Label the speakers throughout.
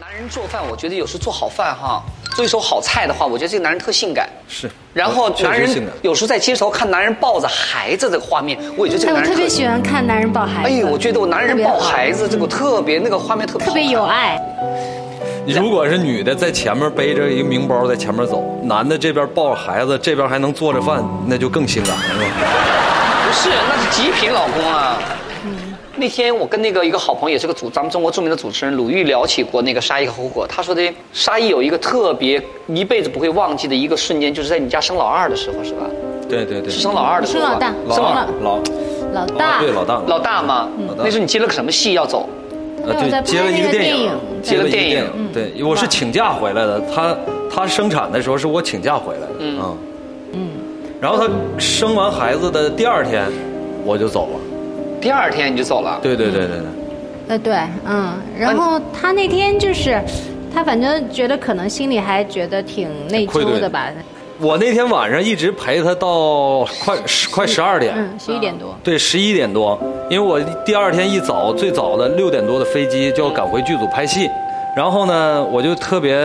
Speaker 1: 男人做饭，我觉得有时做好饭哈，做一手好菜的话，我觉得这个男人特性感。
Speaker 2: 是呃
Speaker 1: 然后
Speaker 2: 哦确实
Speaker 1: 男人
Speaker 2: 性感
Speaker 1: 有时候在街头看男人抱着孩子这个画面，我也觉得这
Speaker 3: 哎，
Speaker 1: 个
Speaker 3: 我
Speaker 1: 男人
Speaker 3: 特别
Speaker 1: 特
Speaker 3: 喜欢看男人抱孩子。
Speaker 1: 哎呦，我觉得我男人抱孩子这个特别那个画面特别
Speaker 3: 特别
Speaker 1: 好看
Speaker 3: 有爱，
Speaker 2: 如果是女的在前面背着一个名包在前面走，男的这边抱着孩子，这边还能做着饭，
Speaker 1: 嗯
Speaker 2: 那就更性感了，是吧？
Speaker 1: 不是，那是极品老公啊。那天我跟那个一个好朋友，也是个主咱们中国著名的主持人鲁豫聊起过那个沙溢和胡果，他说的沙溢有一个特别一辈子不会忘记的一个瞬间，就是在你家生老二的时候，是吧？
Speaker 2: 对对对
Speaker 1: 是，生老二的时候啊吧，
Speaker 2: 老
Speaker 3: 生老大
Speaker 1: 生老
Speaker 2: 二老
Speaker 3: 老大。
Speaker 2: 对老大
Speaker 1: 哦嗯老大嘛。
Speaker 2: 大
Speaker 1: 那时候你接了个什么戏要走？
Speaker 2: 啊，
Speaker 3: 我在
Speaker 2: 对，
Speaker 3: 拍
Speaker 2: 接了一
Speaker 3: 那
Speaker 2: 个
Speaker 3: 个
Speaker 2: 电
Speaker 3: 电
Speaker 2: 影
Speaker 3: 影，嗯
Speaker 2: 接了一
Speaker 1: 接了
Speaker 2: 个电
Speaker 1: 电
Speaker 2: 影
Speaker 1: 影，嗯
Speaker 2: 对，我是请假回来的，她她生产的时候是我请假回来的，嗯嗯，然后她生完孩子的第二天，我就走了，
Speaker 1: 第二天你就走了。
Speaker 2: 对对对对对，
Speaker 3: 呃，对，嗯，然后他那天就是，他反正觉得可能心里还觉得挺内
Speaker 2: 愧
Speaker 3: 疚
Speaker 2: 对
Speaker 3: 的吧，
Speaker 2: 我那天晚上一直陪她到快十快十二点，
Speaker 3: 嗯，十一点多，
Speaker 2: 对，十一点多，因为我第二天一早最早的六点多的飞机就要赶回剧组拍戏，然后呢，我就特别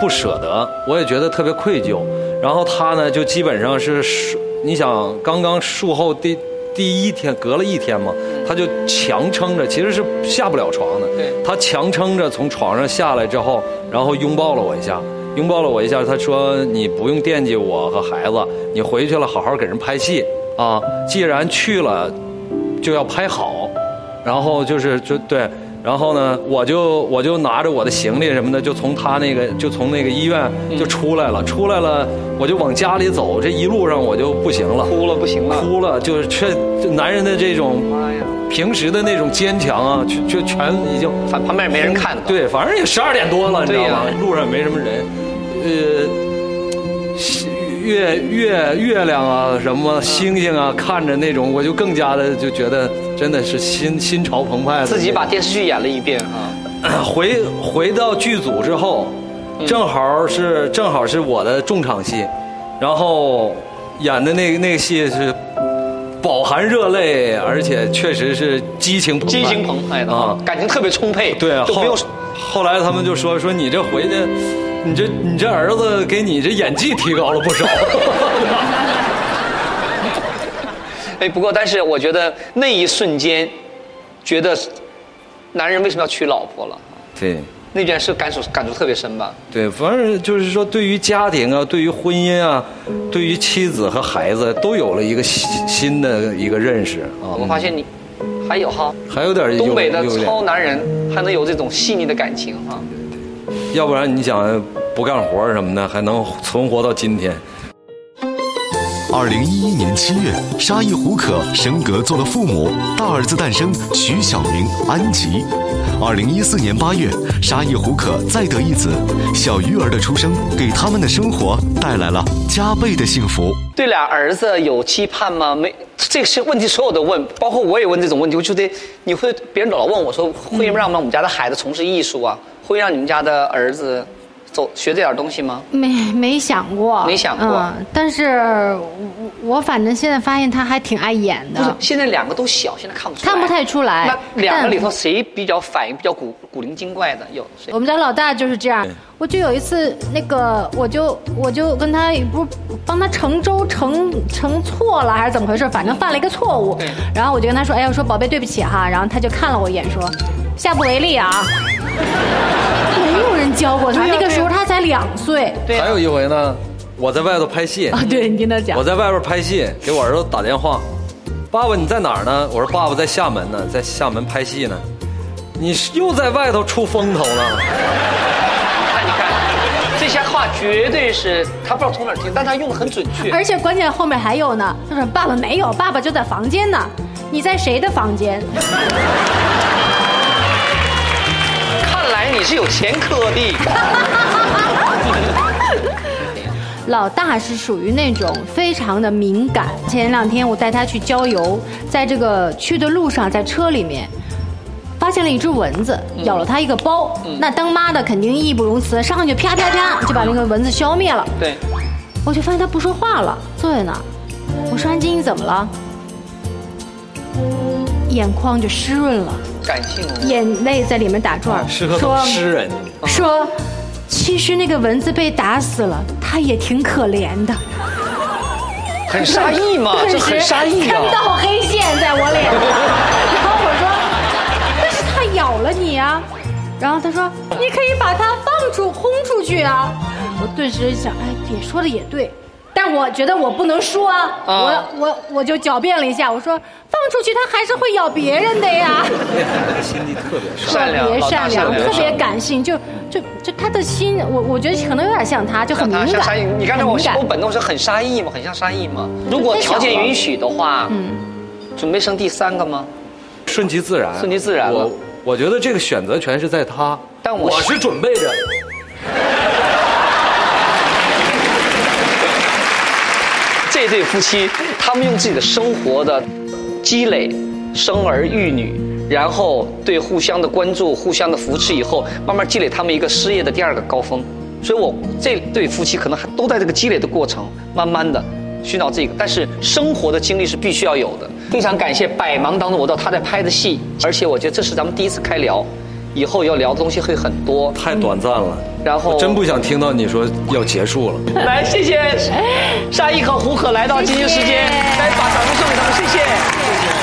Speaker 2: 不舍得，我也觉得特别愧疚。然后他呢，就基本上是术，你想刚刚术后第第一天隔了一天嘛，他就强撑着，其实是下不了床的，
Speaker 1: 对
Speaker 2: 他强撑着从床上下来之后，然后拥抱了我一下。拥抱了我一下，他说：“你不用惦记我和孩子，你回去了好好给人拍戏啊！既然去了，就要拍好。”然后就是就对，然后呢，我就我就拿着我的行李什么的，就从他那个就从那个医院就出来了，出来了我就往家里走，这一路上我就不行了，
Speaker 1: 哭了不行了。
Speaker 2: 哭了，就是这这男人的这种
Speaker 1: 妈呀！
Speaker 2: 平时的那种坚强啊，就就全已经
Speaker 1: 反旁边也没人看的。，嗯
Speaker 2: 对，反正也十二点多了，你知道
Speaker 1: 对呀
Speaker 2: 吗？路上也没什么人，呃，是月月月亮啊，什么星星
Speaker 1: 嗯
Speaker 2: 啊，看着那种，我就更加的就觉得真的是心心潮澎湃的。
Speaker 1: 自己把电视剧演了一遍啊。
Speaker 2: 回回到剧组之后，
Speaker 1: 嗯
Speaker 2: 正好是正好是我的重场戏，然后演的那个那个戏是饱含热泪，而且确实是激情澎湃
Speaker 1: 激情澎湃的啊
Speaker 2: 啊，
Speaker 1: 感情特别充沛。
Speaker 2: 对，啊
Speaker 1: 就不
Speaker 2: 后
Speaker 1: 用
Speaker 2: 后来他们就说说你这回去，你这你这儿子给你这演技提高了不少。
Speaker 1: 哎，不过但是我觉得那一瞬间，觉得男人为什么要娶老婆了？
Speaker 2: 对
Speaker 1: 那件事感触感触特别深吧？
Speaker 2: 对，反正就是说，对于家庭啊，对于婚姻啊，对于妻子和孩子，都有了一个新新的一个认识啊。
Speaker 1: 我发现你还嗯有哈，
Speaker 2: 还有点儿
Speaker 1: 东北的
Speaker 2: 有有点
Speaker 1: 超男人还能有这种细腻的感情哈。
Speaker 2: 要不然你想不干活儿什么的，还能存活到今天。
Speaker 4: 二零一一年七月，沙溢胡可升格做了父母，大儿子诞生，徐小明、安吉。二零一四年八月，沙溢胡可再得一子，小鱼儿的出生给他们的生活带来了加倍的幸福。
Speaker 1: 对俩儿子有期盼吗？没，这些问题所有的问，包括我也问这种问题，我觉得你会别人老问我说，会让我们家的孩子从事艺术啊？会让你们家的儿子走学这点东西吗？
Speaker 3: 没没想过，
Speaker 1: 没想过
Speaker 3: 嗯，但是我我反正现在发现他还挺爱演
Speaker 1: 不是
Speaker 3: 的，，
Speaker 1: 现在两个都小，现在看不出来，
Speaker 3: 啊看不太出来。
Speaker 1: 那两个
Speaker 3: 但
Speaker 1: 里头谁比较反应比较古古灵精怪的？有谁
Speaker 3: 我？们家老大就是这样
Speaker 2: 对。
Speaker 3: 我就有一次，那个我就我就跟他不是帮他盛粥盛盛错了还是怎么回事，反正犯了一个错误
Speaker 1: 对。
Speaker 3: 然后我就跟他说：“哎呀，我说宝贝，对不起哈。”然后他就看了我一眼说：“下不为例啊。”没有人教过他，
Speaker 1: 对呀
Speaker 3: 那个时候他才两岁。
Speaker 1: 对啊
Speaker 2: 还有一回呢，我在外头拍戏，
Speaker 3: 啊，对你跟他讲
Speaker 2: 我，在外边拍戏，给我儿子打电话，爸爸你在哪儿呢？我说爸爸在厦门呢，在厦门拍戏呢。你是又在外头出风头了，
Speaker 1: 看你看，这些话绝对是他不知道从哪儿听，但他用的很准确。
Speaker 3: 而且关键后面还有呢。他说：“爸爸没有，爸爸就在房间呢。”你在谁的房间？
Speaker 1: 看来你是有前科的。
Speaker 3: 老大是属于那种非常的敏感。前两天我带他去郊游，在这个去的路上，在车里面。发现了一只蚊子，咬了他一个包。那当妈的肯定义不容辞，上去啪啪啪就把那个蚊子消灭了。
Speaker 1: 对，
Speaker 3: 我就发现他不说话了，坐在那儿。我说安金，你怎么了？眼眶就湿润了。
Speaker 1: 感性哦
Speaker 3: 眼泪在里面打转儿，
Speaker 2: 适合
Speaker 3: 说
Speaker 2: 当诗 人。
Speaker 3: 说，其实那个蚊子被打死了，它也挺可怜的。
Speaker 1: 很杀意嘛，
Speaker 3: 顿
Speaker 1: 这
Speaker 3: 时
Speaker 1: 很杀意
Speaker 3: 三
Speaker 1: 啊。
Speaker 3: 道黑线在我脸上， 然后我说，但是它咬了你啊。然后他说，你可以把它放出轰出去啊。我顿时想，哎，也说的也对。但我觉得我不能说啊，
Speaker 1: 啊
Speaker 3: 我我我就狡辩了一下，我说放出去它还是会咬别人的呀。
Speaker 1: 善良，
Speaker 3: 特别
Speaker 1: 老大善
Speaker 3: 善良，
Speaker 1: 良，
Speaker 3: 特别感性，就就就他的心，我我觉得可能有点像他，就很
Speaker 1: 像
Speaker 3: 敏
Speaker 1: 他
Speaker 3: 感。
Speaker 1: 啊像沙溢，你刚才
Speaker 3: 很
Speaker 1: 我
Speaker 3: 敏感
Speaker 1: 我本动是很沙溢嘛，很像沙溢嘛。如果
Speaker 3: 太小
Speaker 1: 条件
Speaker 3: 了
Speaker 1: 允许的话，
Speaker 3: 嗯
Speaker 1: 准备生第三个吗？
Speaker 2: 顺其自然，
Speaker 1: 顺其自然了
Speaker 2: 我我觉得这个选择权是在他，
Speaker 1: 但我
Speaker 2: 我是准备着。
Speaker 1: 这对夫妻，他们用自己的生活的积累，生儿育女，然后对互相的关注、互相的扶持，以后慢慢积累他们一个事业的第二个高峰。所以我这对夫妻可能还都在这个积累的过程，慢慢的寻找这个，但是生活的经历是必须要有的。非常感谢百忙当中我到他在拍的戏，而且我觉得这是咱们第一次开聊，以后要聊的东西会很多。
Speaker 2: 太短暂了，
Speaker 1: 嗯然后
Speaker 2: 我真不想听到你说要结束了。
Speaker 1: 来，谢谢沙溢和胡可来到今天时间，
Speaker 3: 谢谢
Speaker 1: 来把掌声送给他们，谢谢。